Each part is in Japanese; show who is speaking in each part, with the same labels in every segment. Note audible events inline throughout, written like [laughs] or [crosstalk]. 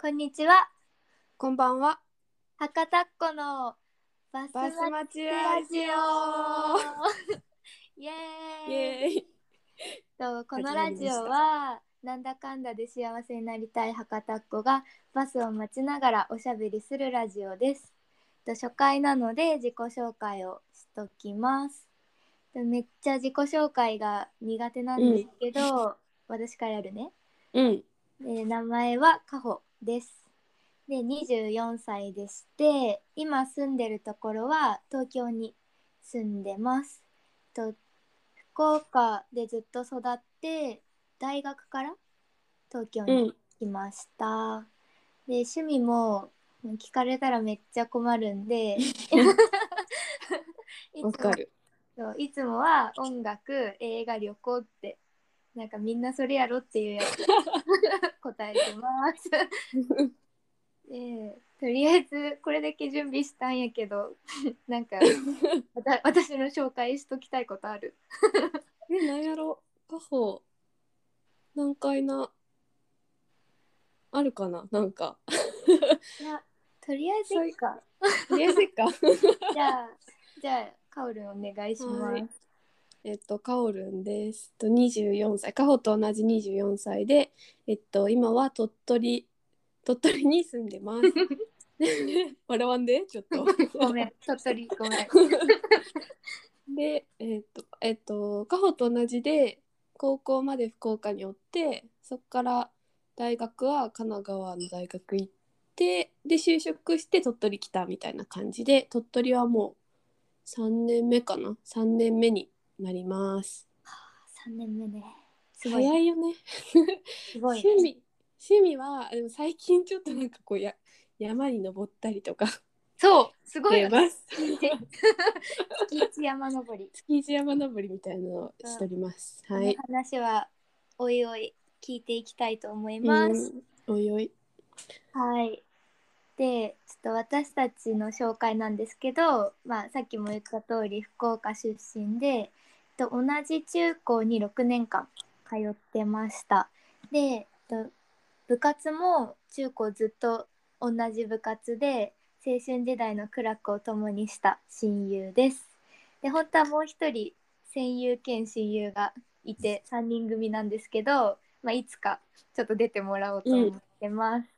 Speaker 1: こんにちは
Speaker 2: こんばんは。
Speaker 1: 博多っ子のバス
Speaker 2: バ
Speaker 1: マ
Speaker 2: ス
Speaker 1: チ
Speaker 2: マチ
Speaker 1: ラ
Speaker 2: ラ
Speaker 1: ジ
Speaker 2: ジ
Speaker 1: オ [laughs] イエ
Speaker 2: オ。
Speaker 1: ーイ
Speaker 2: イエーイ。
Speaker 1: とこのラジオはなんだかんだで幸せになりたい博多っ子がバスを待ちながらおしゃべりするラジオです。と初回なので自己紹介をしときます。とめっちゃ自己紹介が苦手なんですけど、私からやるね。
Speaker 2: うん。
Speaker 1: で名前はカホです。で24歳でして今住んでるところは東京に住んでます。と福岡でずっと育って大学から東京
Speaker 2: う
Speaker 1: に
Speaker 2: ん。
Speaker 1: 来ました。で趣味も聞かれたらめっちゃ困るん
Speaker 2: [laughs]
Speaker 1: で [laughs] いつも
Speaker 2: わかる。
Speaker 1: そういつもは音楽映画旅行ってなんかみんなそれやろっていうや
Speaker 2: [laughs]
Speaker 1: つ答えてます。でとりあえずこれだけ準備したんやけどなんかわた私の紹介しときたいことある
Speaker 2: え、なんやろ。カホ。難解な。あるかな。なんか。
Speaker 1: いやとりあえず
Speaker 2: そう
Speaker 1: いいか
Speaker 2: 見やすいか。
Speaker 1: じゃあじゃあカオルンお願いします。
Speaker 2: はいえっと、カオルンです。と、二十四歳、カホと同じ二十四歳で。えっと、今は鳥取。鳥取に住んで [laughs] ます。笑わんで、ちょっと。
Speaker 1: ごめん鳥取ごめん。
Speaker 2: でえっ、とえっ、とカホと同じで高校まで福岡におってそこから大学は神奈川の大学行ってで就職して鳥取来たみたいな感じで鳥取はもう3年目かな3年目になります
Speaker 1: 3年目ね。すごい
Speaker 2: 早いよね
Speaker 1: すごい
Speaker 2: [laughs] 趣味趣味はでも最近ちょっとなんかこうや山に登ったりとか
Speaker 1: そうすごい
Speaker 2: して
Speaker 1: よ
Speaker 2: ま
Speaker 1: ね。
Speaker 2: す
Speaker 1: [laughs] 月一山登り。
Speaker 2: 築地山登りみたいなのをしております、
Speaker 1: こ
Speaker 2: は
Speaker 1: の
Speaker 2: い、
Speaker 1: 話はおいおい聞いていきたいと思います。
Speaker 2: うん、おいおい
Speaker 1: はい。で、ちょっと私たちの紹介なんですけど、まあさっきも言った通り福岡出身で、と同じ中高に6年間通ってました。で、と部活も中高ずっと同じ部活で青春時代の苦楽を共にした親友です。で、本当はもう一人戦友兼親友がいて3人組なんですけど、まあ、いつかちょっと出てもらおうと思ってます。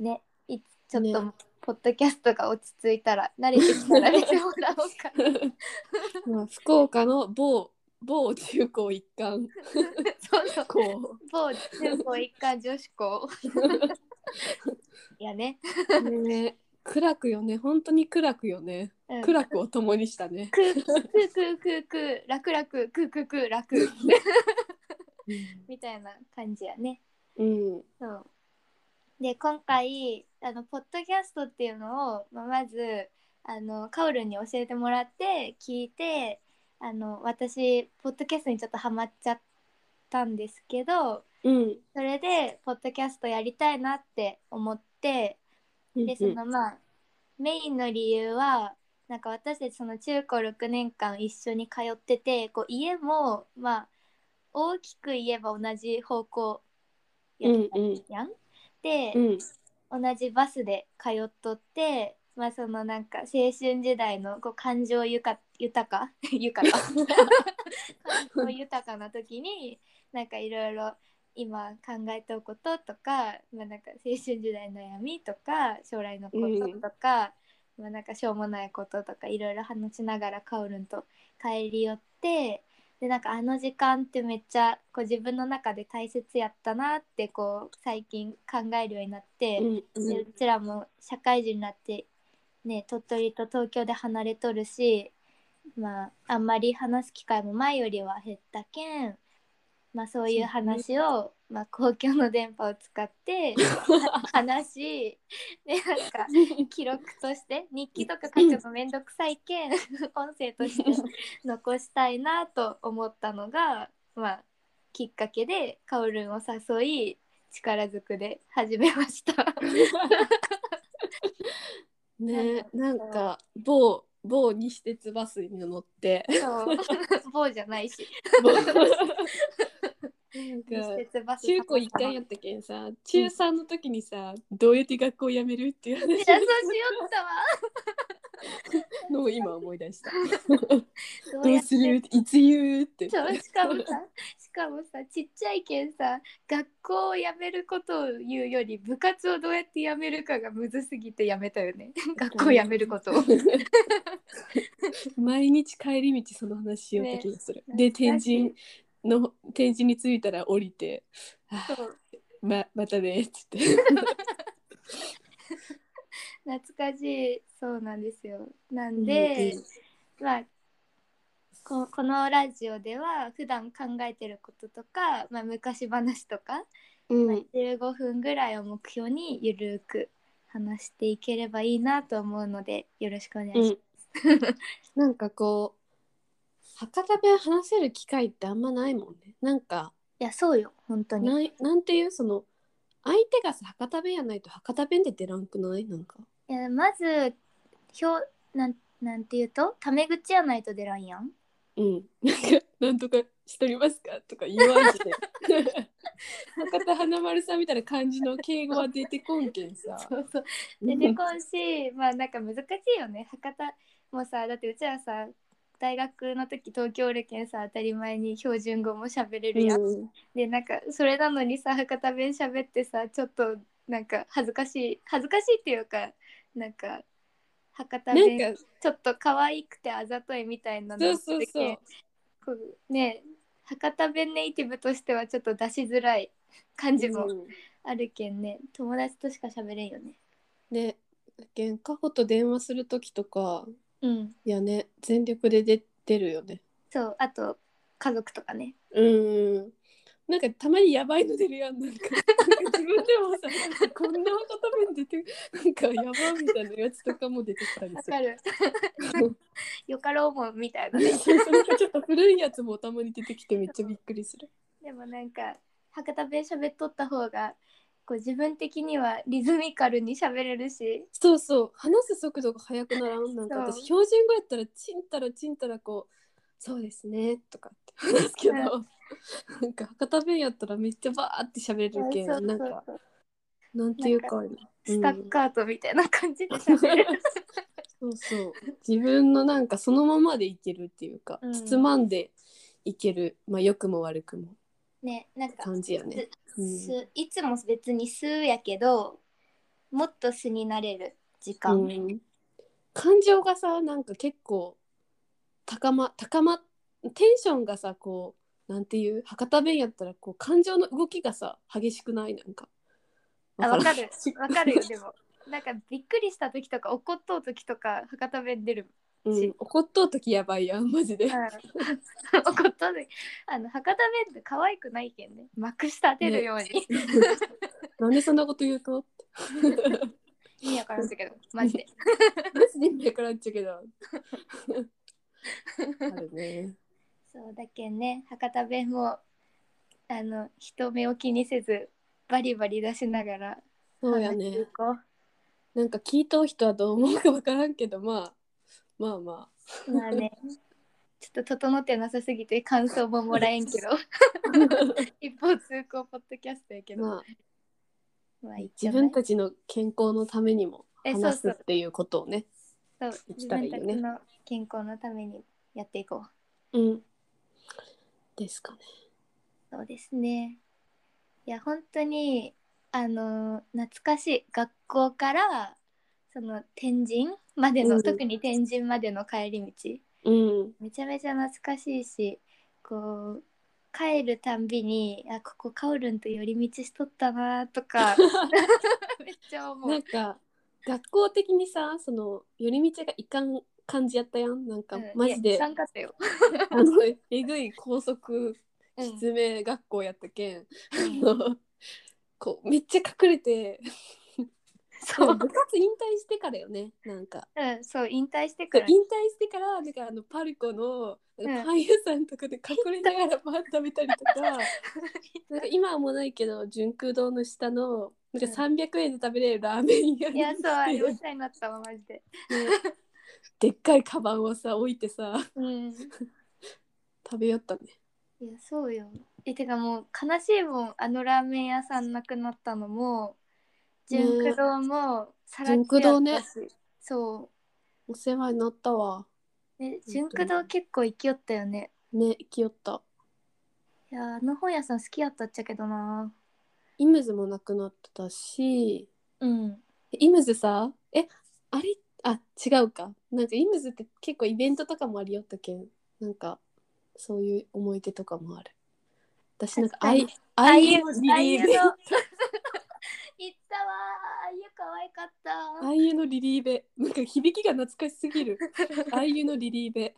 Speaker 1: ね、いつちょっと、
Speaker 2: ね
Speaker 1: ポッドキャストが落ち着いたら慣れてきたら出てもらおうかな。
Speaker 2: [laughs] まあ、福岡の某某中高一貫
Speaker 1: [laughs] そうそう
Speaker 2: 校、
Speaker 1: 某中高一貫女子校 [laughs] いやね、
Speaker 2: ね、苦楽よね本当に苦楽よね
Speaker 1: うん、
Speaker 2: 苦楽を共にしたね、
Speaker 1: くくくくく楽楽くくく楽 [laughs] みたいな感じやね
Speaker 2: うん
Speaker 1: そうで今回あのポッドキャストっていうのを、まあまずあのカオルンに教えてもらって聞いてあの私ポッドキャストにちょっとハマっちゃったんですけど
Speaker 2: うん
Speaker 1: それでポッドキャストやりたいなって思ってでそのまあメインの理由はなんか私たちその中高6年間一緒に通っててこう家もまあ大きく言えば同じ方向やったやん。で、
Speaker 2: うん
Speaker 1: 同じバスで通っとって、まあ、そのなんか青春時代のこう感情豊か [laughs] 豊か豊か感情豊かな時になんかいろいろ今考えておくこととか,、まあ、なんか青春時代の悩みとか将来のこととか、まあ、なんかしょうもないこととかいろいろ話しながらカオルンと帰り寄ってでなんかあの時間ってめっちゃこう自分の中で大切やったなってこう最近考えるようになって。
Speaker 2: うん
Speaker 1: でうちらも社会人になって、ね、鳥取と東京で離れとるし、まあ、あんまり話す機会も前よりは減ったけん、まあ、そういう話を、まあ、公共の電波を使って
Speaker 2: [laughs]
Speaker 1: 話しでなんか記録として日記とか書くのめんどくさいけん音声として残したいなと思ったのが、まあ、きっかけでカオルンを誘い力ずくで始めました。
Speaker 2: [laughs] ねなんか某某西
Speaker 1: [laughs]
Speaker 2: 鉄バスに乗って
Speaker 1: そう棒じゃないし
Speaker 2: 某なん
Speaker 1: 私
Speaker 2: か
Speaker 1: 鉄バス
Speaker 2: 中高一回やったけんさ中3の時にさ、どうやって学校辞めるっていう
Speaker 1: いや
Speaker 2: 話
Speaker 1: そうしよったわ
Speaker 2: のを今思い出した
Speaker 1: ど
Speaker 2: [laughs] ど
Speaker 1: や
Speaker 2: う
Speaker 1: って
Speaker 2: するいつ言うって
Speaker 1: そうしかもさしかもさちっちゃいけんさ学校を辞めることを言うより部活をどうやって辞めるかがむずすぎて辞めたよね学校を辞めることを
Speaker 2: 毎日帰り道その話しようった気がする、
Speaker 1: ね
Speaker 2: で
Speaker 1: 懐か
Speaker 2: 天
Speaker 1: しい
Speaker 2: 神の天神に着いたら降りて「あ
Speaker 1: そう
Speaker 2: ままたね」っつって
Speaker 1: 懐かしいそうなんですよなんで、まあここのラジオでは普段考えてることとか、まあ、昔話とか、
Speaker 2: うん
Speaker 1: まあ15分ぐらいを目標にゆるーく話していければいいなと思うのでよろしくお願いします。
Speaker 2: [laughs] なんかこう博多弁話せる機会ってあんまないもんねなんか
Speaker 1: いやそうよ本当に。
Speaker 2: ないなんていうその相手がさ博多弁やないと博多弁で出らんくないなんか
Speaker 1: いやまずひょなんなんていうとタメ口やないと出らんやん。
Speaker 2: うんなんか「なんとかしとりますか?」とか言わんして
Speaker 1: [laughs]
Speaker 2: 博多華丸さんみたいな感じの敬語は出てこんけんさ
Speaker 1: そうそう出てこんし [laughs] まあなんか難しいよね博多もさだってうちらさ大学の時東京おるけんさ当たり前に標準語も喋れるやん。
Speaker 2: うん
Speaker 1: でなんかそれなのにさ博多弁喋ってさちょっとなんか恥ずかしい恥ずかしいっていうかなんか博多
Speaker 2: なん
Speaker 1: 弁
Speaker 2: か
Speaker 1: ちょっと可愛くてあざといみたいな
Speaker 2: そ
Speaker 1: の
Speaker 2: うそうそう
Speaker 1: こうね博多弁ネイティブとしてはちょっと出しづらい感じも
Speaker 2: うん
Speaker 1: あるけんね、友達としか喋れんよね
Speaker 2: ねだけんカホと電話する時とか
Speaker 1: うん
Speaker 2: いやね全力で出出るよね
Speaker 1: そうあと家族とかね
Speaker 2: うん。なんかたまにやばいの出るやん。なんかなんか自分でもさ、こんなこと分出て、なんかやばみたいなやつとかも出てきたり
Speaker 1: わ
Speaker 2: す
Speaker 1: か
Speaker 2: る。
Speaker 1: る [laughs] よかろうもんみたいなね
Speaker 2: そうそうなんかちょっと古いやつもたまに出てきてめっちゃびっくりする。
Speaker 1: でもなんか博多弁喋っとった方がこう自分的にはリズミカルに喋れるし
Speaker 2: そうそう、話す速度が速くならん。なんか
Speaker 1: そう
Speaker 2: 私、標準語やったら、ちんたらちんたらこう、そうですね、とかって話すけど、なんか博多弁やったらめっちゃバーって喋れるけん、なんか、なんていうか、
Speaker 1: スタッカートみたいな感じで喋れる
Speaker 2: [laughs]
Speaker 1: し、
Speaker 2: そうそう自分のなんかそのままでいけるっていうか、
Speaker 1: うん
Speaker 2: つつまんでいけるまあ良くも悪くも
Speaker 1: ねなんか
Speaker 2: 感じやね。うん
Speaker 1: すいつも別に「す」やけどもっと「す」になれる時間、
Speaker 2: うん感情がさなんか結構高ま高まテンションがさこうなんていう博多弁やったらこう感情の動きがさ激しくないなんか。
Speaker 1: あわかる
Speaker 2: わ
Speaker 1: わかるよでもなんかびっくりした時とか怒っとう時とか博多弁出る、
Speaker 2: うん、怒っとう時やばいやんマジで。 [laughs]
Speaker 1: 怒っとう時あの博多弁って可愛くないけんねまくしたてるように、
Speaker 2: なんでそんなこと言うと
Speaker 1: 意味わからんだけどマジで
Speaker 2: マジで意味わからんっちゃけど。あるね。
Speaker 1: そうだけんね博多弁もあの人目を気にせずバリバリ出しながら
Speaker 2: そうや
Speaker 1: 話してい
Speaker 2: ね。
Speaker 1: こう
Speaker 2: なんか聞いとう人はどう思うかわからんけど、まあ、まあま
Speaker 1: まあ
Speaker 2: [laughs]
Speaker 1: ね、ちょっと整ってなさすぎて感想ももらえん
Speaker 2: [laughs]
Speaker 1: けど、一方通行ポッドキャストやけ
Speaker 2: あ、
Speaker 1: ど、ま
Speaker 2: まあ、
Speaker 1: あいいんじゃ
Speaker 2: 自
Speaker 1: ない
Speaker 2: 分たちの健康のためにも
Speaker 1: えそう
Speaker 2: 話
Speaker 1: そ
Speaker 2: す
Speaker 1: う
Speaker 2: っていうことをね。
Speaker 1: そう
Speaker 2: 行
Speaker 1: 自
Speaker 2: きたらい
Speaker 1: 分
Speaker 2: いよ
Speaker 1: た
Speaker 2: ね
Speaker 1: ちの健康のためにやっていこ
Speaker 2: うん。ですかね。
Speaker 1: う。そうですね。いや本当にあのー懐かしい学校からその天神までの、
Speaker 2: うん
Speaker 1: 特に天神までの帰り道
Speaker 2: うん。
Speaker 1: めちゃめちゃ懐かしいしこう帰るたんびにあここカオルンと寄り道しとったなと
Speaker 2: [laughs]
Speaker 1: かめっちゃ思
Speaker 2: な
Speaker 1: うん
Speaker 2: か、学校的にさ、その、寄り道がいかん感じやったやん。なんか、マジで、
Speaker 1: 参加ったよ、
Speaker 2: あの、えぐい高速
Speaker 1: うん
Speaker 2: きつめ学校やったけん、あの [laughs] こう、めっちゃ隠れて、で
Speaker 1: そう
Speaker 2: [laughs] も、部活引退してからよね、なんか。
Speaker 1: うん、そう引退して
Speaker 2: そ
Speaker 1: か
Speaker 2: う
Speaker 1: ら
Speaker 2: 引退してからなんかあのパルコのなんかパン屋さんとかで隠れながらパン食べたり
Speaker 1: [laughs]
Speaker 2: とかなんか今はもうないけど純空堂の下のなんか300円で食べれるラーメン屋
Speaker 1: いやそうあれ
Speaker 2: に
Speaker 1: お
Speaker 2: 行っ
Speaker 1: 世話になったわマジで
Speaker 2: てでっかいカバンをさ置いてさ
Speaker 1: うんい
Speaker 2: 食べよったね。
Speaker 1: やそうよえてかもう悲しいもんあのラーメン屋さんなくなったのも純駆堂もさら
Speaker 2: 純駆堂ね
Speaker 1: そ
Speaker 2: お世話になったわ
Speaker 1: うね純駆堂結構勢きよったよね
Speaker 2: ね行きよった
Speaker 1: いやーあの本屋さん好きやったっちゃけどな
Speaker 2: イムズもなくなってたし
Speaker 1: うん
Speaker 2: イムズさえあれあ違うかなんかイムズって結構イベントとかもありよったけんなんかそういう思い出とかもある私なんかアイアイユのリリーベ
Speaker 1: の [laughs] 行ったわーあゆ可愛かった
Speaker 2: アイユのリリーベなんか響きが懐かしすぎるアイユのリリー [laughs] ベ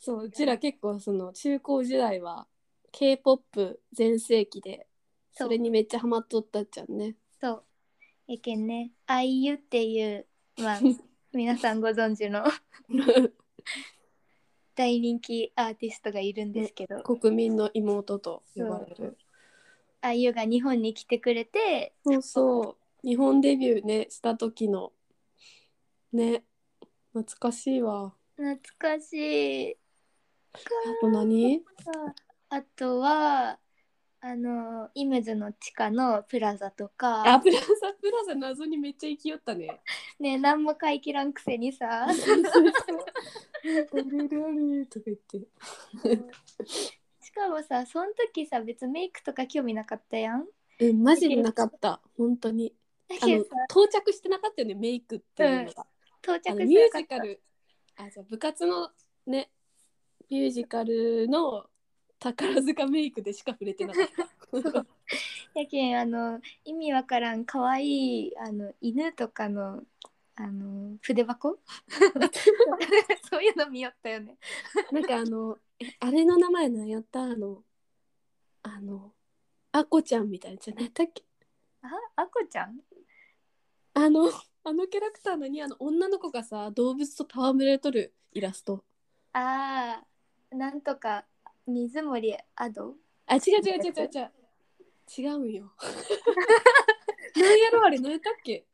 Speaker 2: そううちら結構その中高時代は k p o p 全盛期で
Speaker 1: そう
Speaker 2: それにめっちゃハマっとったっちゃんね
Speaker 1: そうえけんねあゆっていうま
Speaker 2: [laughs]
Speaker 1: あ皆さんご存知の大人気アーティストがいるんですけど
Speaker 2: 国民の妹と呼ばれる
Speaker 1: あゆが日本に来てくれて
Speaker 2: そうそう日本デビューねした時のね懐かしいわ
Speaker 1: 懐かしい
Speaker 2: あと何
Speaker 1: あとはあのイムズの地下のプラザと
Speaker 2: あ
Speaker 1: か
Speaker 2: プラザプラザ謎にめっちゃ行きよっ
Speaker 1: [laughs]
Speaker 2: たね
Speaker 1: ね何も買い切らんくせにさ
Speaker 2: そうそうそうなんかルルルルとか言って
Speaker 1: しかもさその時さ別にメイクとか興味なかったやん
Speaker 2: えマジでなかった本当に
Speaker 1: だ
Speaker 2: あ
Speaker 1: け
Speaker 2: の
Speaker 1: どさ
Speaker 2: 到着してなかったよねメイクっていうのが、
Speaker 1: 到
Speaker 2: あ
Speaker 1: 着
Speaker 2: の
Speaker 1: し
Speaker 2: ミュ
Speaker 1: な
Speaker 2: ー
Speaker 1: かっ
Speaker 2: ジ
Speaker 1: た
Speaker 2: カルあじゃあ部活のねミュージカルの宝塚メイクでしか触れてなか
Speaker 1: [laughs]
Speaker 2: った。
Speaker 1: やけんあの意味わからん可愛いあの犬とかのあの筆箱 [laughs] そういうの見よったよね。
Speaker 2: なんかあのえあれの名前なんやったあのあのあこちゃんみたいなじゃないだっけ
Speaker 1: ああこちゃん
Speaker 2: あのあのキャラクターのにあの女の子がさ動物と戯れとるイラスト
Speaker 1: あーなんとか水森アド
Speaker 2: あ違う違う違う違う違う違うんよ [laughs] なんやろあれなんやったっけ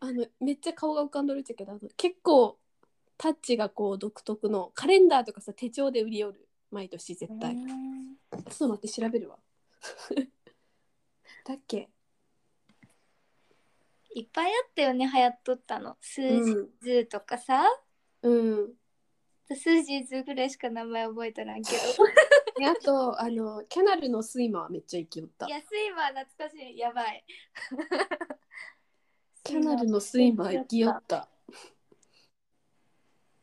Speaker 2: あのめっちゃ顔が浮かんどるっちゃけどあの結構タッチがこう独特のカレンダーとかさ手帳で売り寄る毎年絶対、
Speaker 1: ね
Speaker 2: ちょっと待って調べるわ [laughs] だっけ
Speaker 1: いっぱいあったよね流行っとったのスージーズとかさ、
Speaker 2: うん
Speaker 1: スージーズぐらいしか名前覚えとらんけ
Speaker 2: であとあのキャナルのスイマーはめっちゃ生きよった
Speaker 1: ど安いわ懐かしいやばい
Speaker 2: キャナルのスイマー生きよった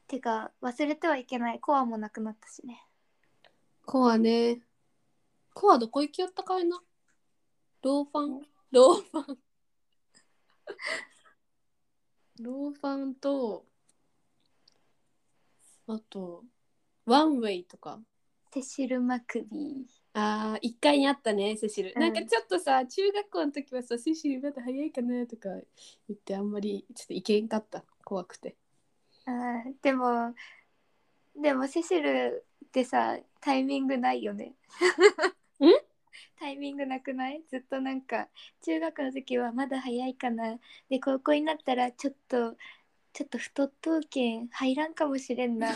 Speaker 1: てか忘れてはいけないコアもなくなったしね
Speaker 2: コアねコアどこ行きよったかいなローファンローファン [laughs] ローファンとあとワンウェイとか
Speaker 1: セシル・マクビ
Speaker 2: あー1階にあったねセシル、
Speaker 1: うん
Speaker 2: なんかちょっとさ中学校の時はさセシルまだ早いかなとか言ってあんまりちょっと行けんかった怖くて
Speaker 1: ーあーでもでもセシルってさタイミングないよね
Speaker 2: ん
Speaker 1: タイミングなくないずっとなんか中学の時はまだ早いかなで高校になったらちょっとちょっと太っとうけん入らんかもしれん
Speaker 2: [laughs]
Speaker 1: な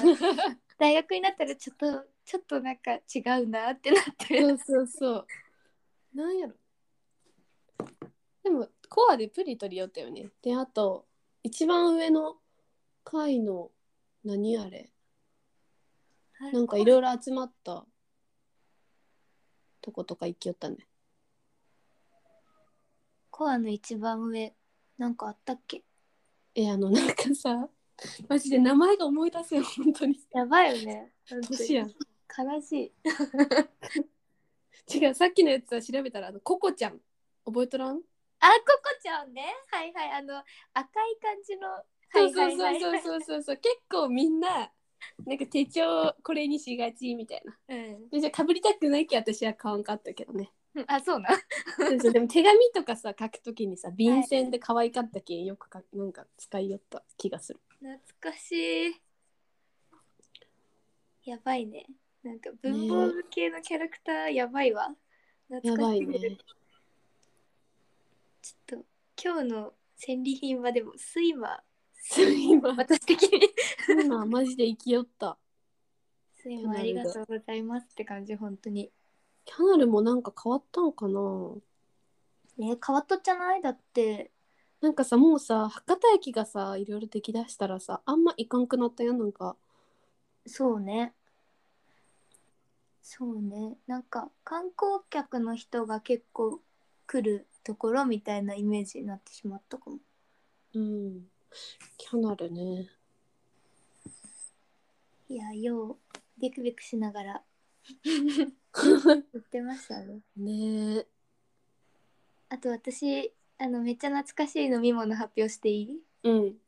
Speaker 1: 大学になったらちょっとちょっとなんか違うなってなってる
Speaker 2: そうそうそう。なんやろ。でも、コアでプリ取り寄ったよね。で、あと、一番上の回の、何あれ [laughs] なんかいろいろ集まったとことか行きよったね。
Speaker 1: コアの一番上なんかあったっけ
Speaker 2: え、あの、なんかさ、マジで名前が思い出せよ、本当に。
Speaker 1: やばいよね
Speaker 2: 年やん。
Speaker 1: 悲しい
Speaker 2: 違う、さっきのやつは調べたら、あの、ココちゃん。覚えとらん
Speaker 1: あココちゃんねはいはいあの赤い感じのは
Speaker 2: そう
Speaker 1: い
Speaker 2: そ
Speaker 1: は
Speaker 2: う
Speaker 1: いはい
Speaker 2: そうそうそうそう。結構みんな、なんか手帳これにしがちみたいな。
Speaker 1: う
Speaker 2: じゃかぶりたくないけ私は買わんかったけどね
Speaker 1: んあそうな
Speaker 2: そうそうでも手紙とかさ書くときにさ便箋で可愛かったけんよくかなんか使いよった気がする
Speaker 1: 懐かしいやばいねなんか文房具系のキャラクターやばいわ
Speaker 2: や
Speaker 1: 懐か
Speaker 2: ば
Speaker 1: し
Speaker 2: い
Speaker 1: い
Speaker 2: ね
Speaker 1: ちょっと今日の戦利品はでもスイマー
Speaker 2: スイマー
Speaker 1: 私的に
Speaker 2: スイマーマジで生きよった
Speaker 1: すいませんありがとうございますって感じ本当に
Speaker 2: キャナルもなんか変わったんかな
Speaker 1: ね変わっとっちゃないだって
Speaker 2: なんかさもうさ博多駅がさいろいろできだしたらさあんま行かんくなったやんなんか
Speaker 1: そうねそうねなんか観光客の人が結構来るところみたいなイメージになってしまったかも
Speaker 2: うんキャナルね
Speaker 1: いやようビクビクしながら [laughs] 言ってましたね
Speaker 2: ねえ
Speaker 1: あと私あのめっちゃ懐かしい飲み物発表していい
Speaker 2: うん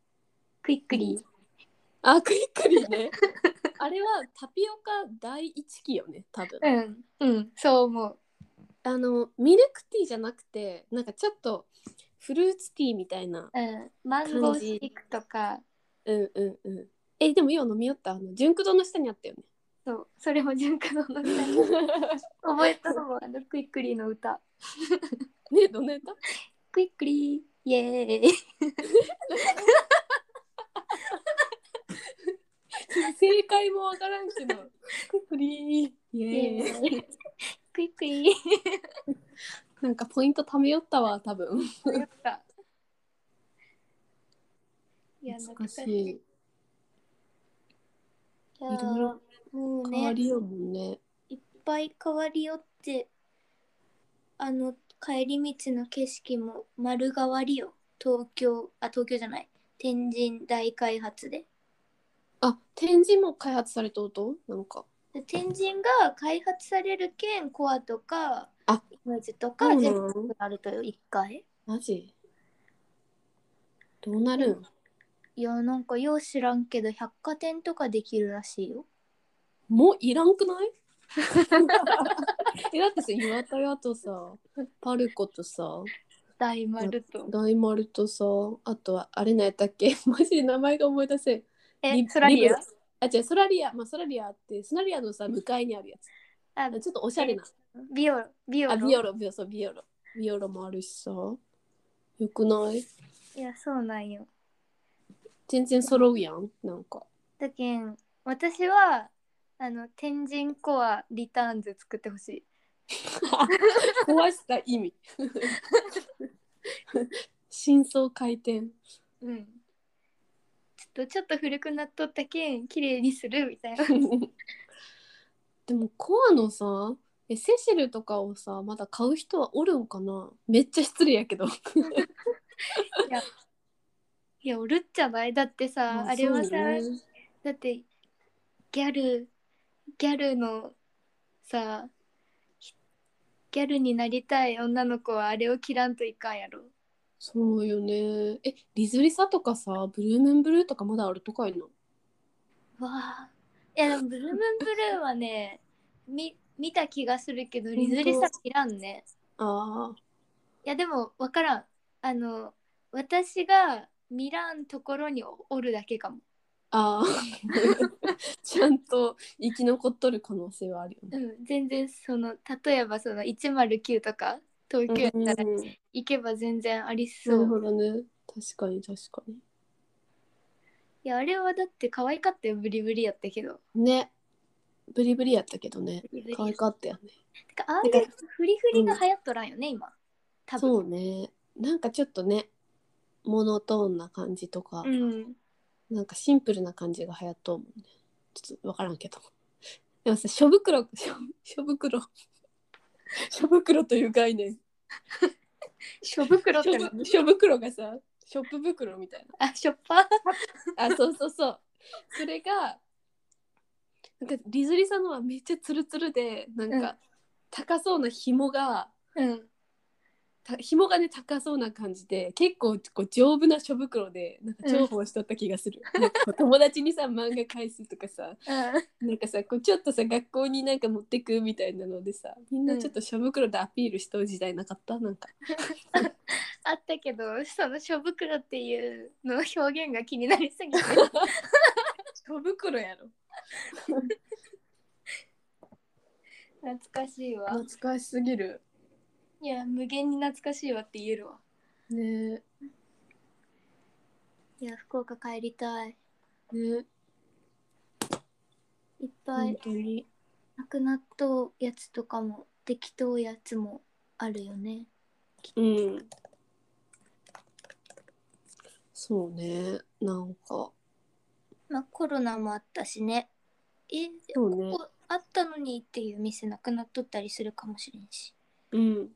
Speaker 1: クイックリー、
Speaker 2: あクイックリねあれはタピオカ第一期よね多分
Speaker 1: うん、うん、そう思う。
Speaker 2: あのミルクティーじゃなくてなんかちょっとフルーツティーみたいな
Speaker 1: うん、マンゴーシェイクとか、
Speaker 2: うんうんうんえでもよう飲みよったあの純駆堂の下にあったよ [laughs] ね
Speaker 1: そう、それも純化の歌。 [laughs] 覚えたのも、あのクイックリーの歌。
Speaker 2: ねどんなやった
Speaker 1: クイックリー、イエーイ。
Speaker 2: 正解もわからんけど。クリー。イ
Speaker 1: [laughs]
Speaker 2: エーイ。
Speaker 1: クイックリー。
Speaker 2: なんかポイント貯めよったわ、多分。
Speaker 1: いや、懐
Speaker 2: 懐か
Speaker 1: か
Speaker 2: し
Speaker 1: しい。
Speaker 2: い。い
Speaker 1: いや
Speaker 2: ろいろ
Speaker 1: もう
Speaker 2: 変わ
Speaker 1: ね、
Speaker 2: りようもんね。
Speaker 1: いっぱい変わりよって、あの、帰り道の景色も丸変わりよ。東京、あ、東京じゃない。天神大開発で。
Speaker 2: あ、展示も開発されとうとなんか。
Speaker 1: で天神が開発される県コアとか
Speaker 2: あ
Speaker 1: イマージュとか
Speaker 2: そうな
Speaker 1: 全
Speaker 2: の
Speaker 1: 部あるとよ1回
Speaker 2: マジどうなるん
Speaker 1: いやなんかよう知らんけど百貨店とかできるらしいよ
Speaker 2: もういらんくない [laughs] えだってさ岩田屋とさパルコとさ
Speaker 1: 大丸と
Speaker 2: 大丸とさあとはあれなんやったっけ [laughs] マジで名前が思い出せん
Speaker 1: え
Speaker 2: リ
Speaker 1: ソラリア
Speaker 2: リブあ違うソラリアまあソラリアあってソラリアのさ向かいにあるやつ
Speaker 1: あ
Speaker 2: あちょっとおしゃれな
Speaker 1: ビオロビオロ
Speaker 2: あビオロビオロそうビオロビオロもあるしさよくない
Speaker 1: いやそうなんよ
Speaker 2: 全然揃うやんなんか
Speaker 1: だけん私はあの天神コアリターンズ作ってほしい
Speaker 2: 壊した意
Speaker 1: [laughs]
Speaker 2: 味 [laughs] 真相回転
Speaker 1: うんちょっとちょっと古くなっとったけん綺麗にするみたい
Speaker 2: [laughs]
Speaker 1: な
Speaker 2: でもコアのさえセシルとかをさまだ買う人はおるんかなめっちゃ失礼やけど
Speaker 1: いやおるっちゃないだってさ、
Speaker 2: ま
Speaker 1: あれはさ、
Speaker 2: そうよね
Speaker 1: だってギャルギャルのさひギャルになりたい女の子はあれを着らんといかんやろ
Speaker 2: そうよねえリズリサとかさブルームンブルーとかまだあるとかいな
Speaker 1: わあいやでもブルームンブルーはねみ見た気がするけどリズリさ
Speaker 2: 本
Speaker 1: 着らんね
Speaker 2: あ
Speaker 1: いやでも分からんあの私が見らんところにおおるだけかも
Speaker 2: あああ [laughs] ちゃんと生き残っとる可能性はあるよね
Speaker 1: うん全然その例えばその109とか東京やったら
Speaker 2: うん
Speaker 1: 行けば全然ありそ
Speaker 2: な
Speaker 1: う、
Speaker 2: るほどね確かに確か
Speaker 1: いやあれはだって可愛かったよブリブリやったけど
Speaker 2: にねブリブリやったけどね
Speaker 1: ブリブリ
Speaker 2: 可愛かったよね
Speaker 1: てかああいう
Speaker 2: なん
Speaker 1: フリフリが流行っとらんよね、今多分
Speaker 2: そうねなんかちょっとねモノトーンな感じとか、
Speaker 1: うん
Speaker 2: なんかシンプルな感じが流行っとうもんねちょっと分からんけど [laughs] でもさ書袋 [laughs] 書書袋 [laughs] 書袋という概念
Speaker 1: 書袋って
Speaker 2: 書
Speaker 1: な
Speaker 2: ぶ書袋がさショップ袋みたい
Speaker 1: あショッパー [laughs]
Speaker 2: なあそうそうそうそれがなんかリズリさんのはめっちゃツルツルでなん
Speaker 1: うん
Speaker 2: か高そうな紐が、
Speaker 1: うん
Speaker 2: た紐がね高そうな感じで結構こう丈夫な書袋でなんか重宝しとった気がする、なんかこう友達にさ漫画返すとかさなんかさこうちょっとさ学校になんか持ってくみたいなのでさみんなちょっと書袋でアピールしとう時代なかったなんか
Speaker 1: あったけどその書袋っていうの表現が気になり [laughs] すぎて
Speaker 2: 書袋やろ
Speaker 1: 懐かしいわ
Speaker 2: かしすぎる
Speaker 1: いや無限に懐かしいわって言えるわ
Speaker 2: ね
Speaker 1: いや福岡帰りたい
Speaker 2: えね
Speaker 1: いっぱ
Speaker 2: 本
Speaker 1: い
Speaker 2: 当に
Speaker 1: なくなったやつとかもできとうやつもあるよね。
Speaker 2: うんそうねなんか
Speaker 1: まあコロナもあったしね。え、
Speaker 2: そうね
Speaker 1: ここあったのにっていう店なくなっとったりするかもしれんし。
Speaker 2: うん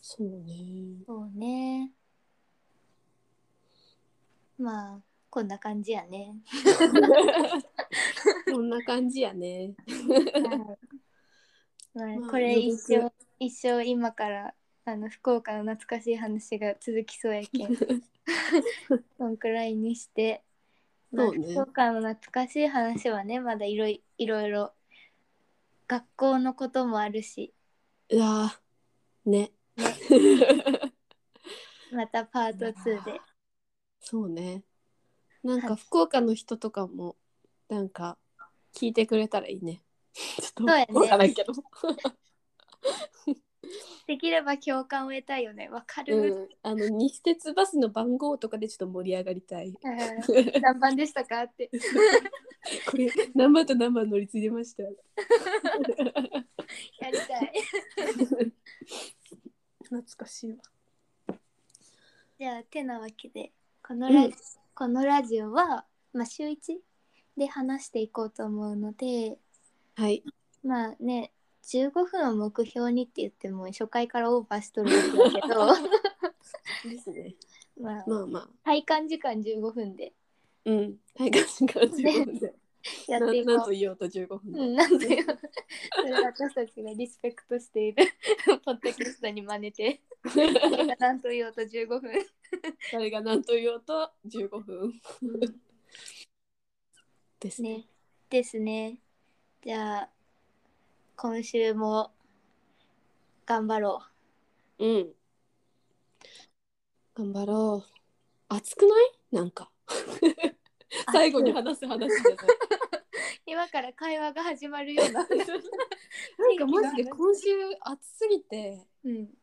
Speaker 2: そうね
Speaker 1: そうね。まあこんな感じやね。
Speaker 2: こんな感じやね
Speaker 1: [laughs] はいま
Speaker 2: ま
Speaker 1: あ、
Speaker 2: あ
Speaker 1: これ一
Speaker 2: よろ
Speaker 1: 生一生今からあの福岡の懐かしい話が続きそうやけ [laughs] んそんくらいにして、まあ
Speaker 2: そうね
Speaker 1: 福岡の懐かしい話はねまだいろいいろいろ学校のこともあるし
Speaker 2: いやーね
Speaker 1: またパート2で
Speaker 2: そうねなん
Speaker 1: は
Speaker 2: か
Speaker 1: い
Speaker 2: 福岡の人とかもなんか聞いてくれたらいいねちょっと
Speaker 1: うやね
Speaker 2: わからんけど
Speaker 1: できれば共感を得たいよねわか
Speaker 2: う
Speaker 1: る、
Speaker 2: ん、あの西鉄バスの番号とかでちょっと盛り上がりたい
Speaker 1: うん [laughs] 何番でしたかって
Speaker 2: これ何番と何番乗り継いでました
Speaker 1: やりたい
Speaker 2: 懐かしいわ
Speaker 1: じゃあてなわけでこのラジ、
Speaker 2: うん
Speaker 1: このラジオは、まあ、週1で話していこうと思うので
Speaker 2: はい
Speaker 1: まあね15分を目標にって言っても初回からオーバーしとるんだけ
Speaker 2: [laughs]
Speaker 1: ど
Speaker 2: ですね
Speaker 1: まあ
Speaker 2: まあまあ
Speaker 1: 体感時間15分で
Speaker 2: うんはいガチガチ15分で
Speaker 1: や
Speaker 2: な
Speaker 1: ってい
Speaker 2: んなん
Speaker 1: ことう。
Speaker 2: 言おうと15分で、
Speaker 1: うん、なんだよ。それ私たちがリスペクトしているポッドキャストに真似て、なんと言おうと15分。
Speaker 2: 誰が何と言おうと15分ですね
Speaker 1: ね。ですね。じゃあ、今週も頑張ろ
Speaker 2: うん頑張ろう暑くないなんか
Speaker 1: う。
Speaker 2: 最後に
Speaker 1: あ
Speaker 2: 話す話じゃ [laughs] ない
Speaker 1: 今から会話が始まるよう
Speaker 2: [laughs]
Speaker 1: な。なん
Speaker 2: なんかマジで今週暑すぎて
Speaker 1: うん。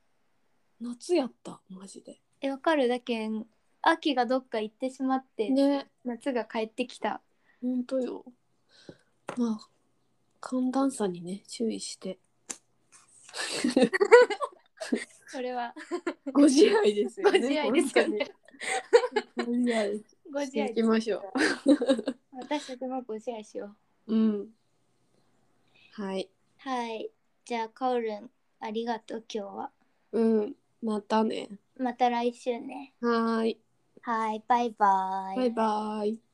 Speaker 2: 夏やったマジで
Speaker 1: え、わかるだけん、秋がどっか行ってしまって、
Speaker 2: ね
Speaker 1: 夏が帰ってきた。
Speaker 2: ほんとよまあ寒暖差にね注意して
Speaker 1: それは、
Speaker 2: ご自愛ですよ
Speaker 1: ご
Speaker 2: ね
Speaker 1: 自愛ですよね。
Speaker 2: 本当にご自愛
Speaker 1: ご自愛
Speaker 2: していきましょう
Speaker 1: 私たちもご自愛しよう。
Speaker 2: うんはい
Speaker 1: はい。じゃあ、カオルン、ありがとう、今日は。
Speaker 2: うんまたね
Speaker 1: また来週ね。
Speaker 2: はーい
Speaker 1: はい、バイバイ。
Speaker 2: バイバイ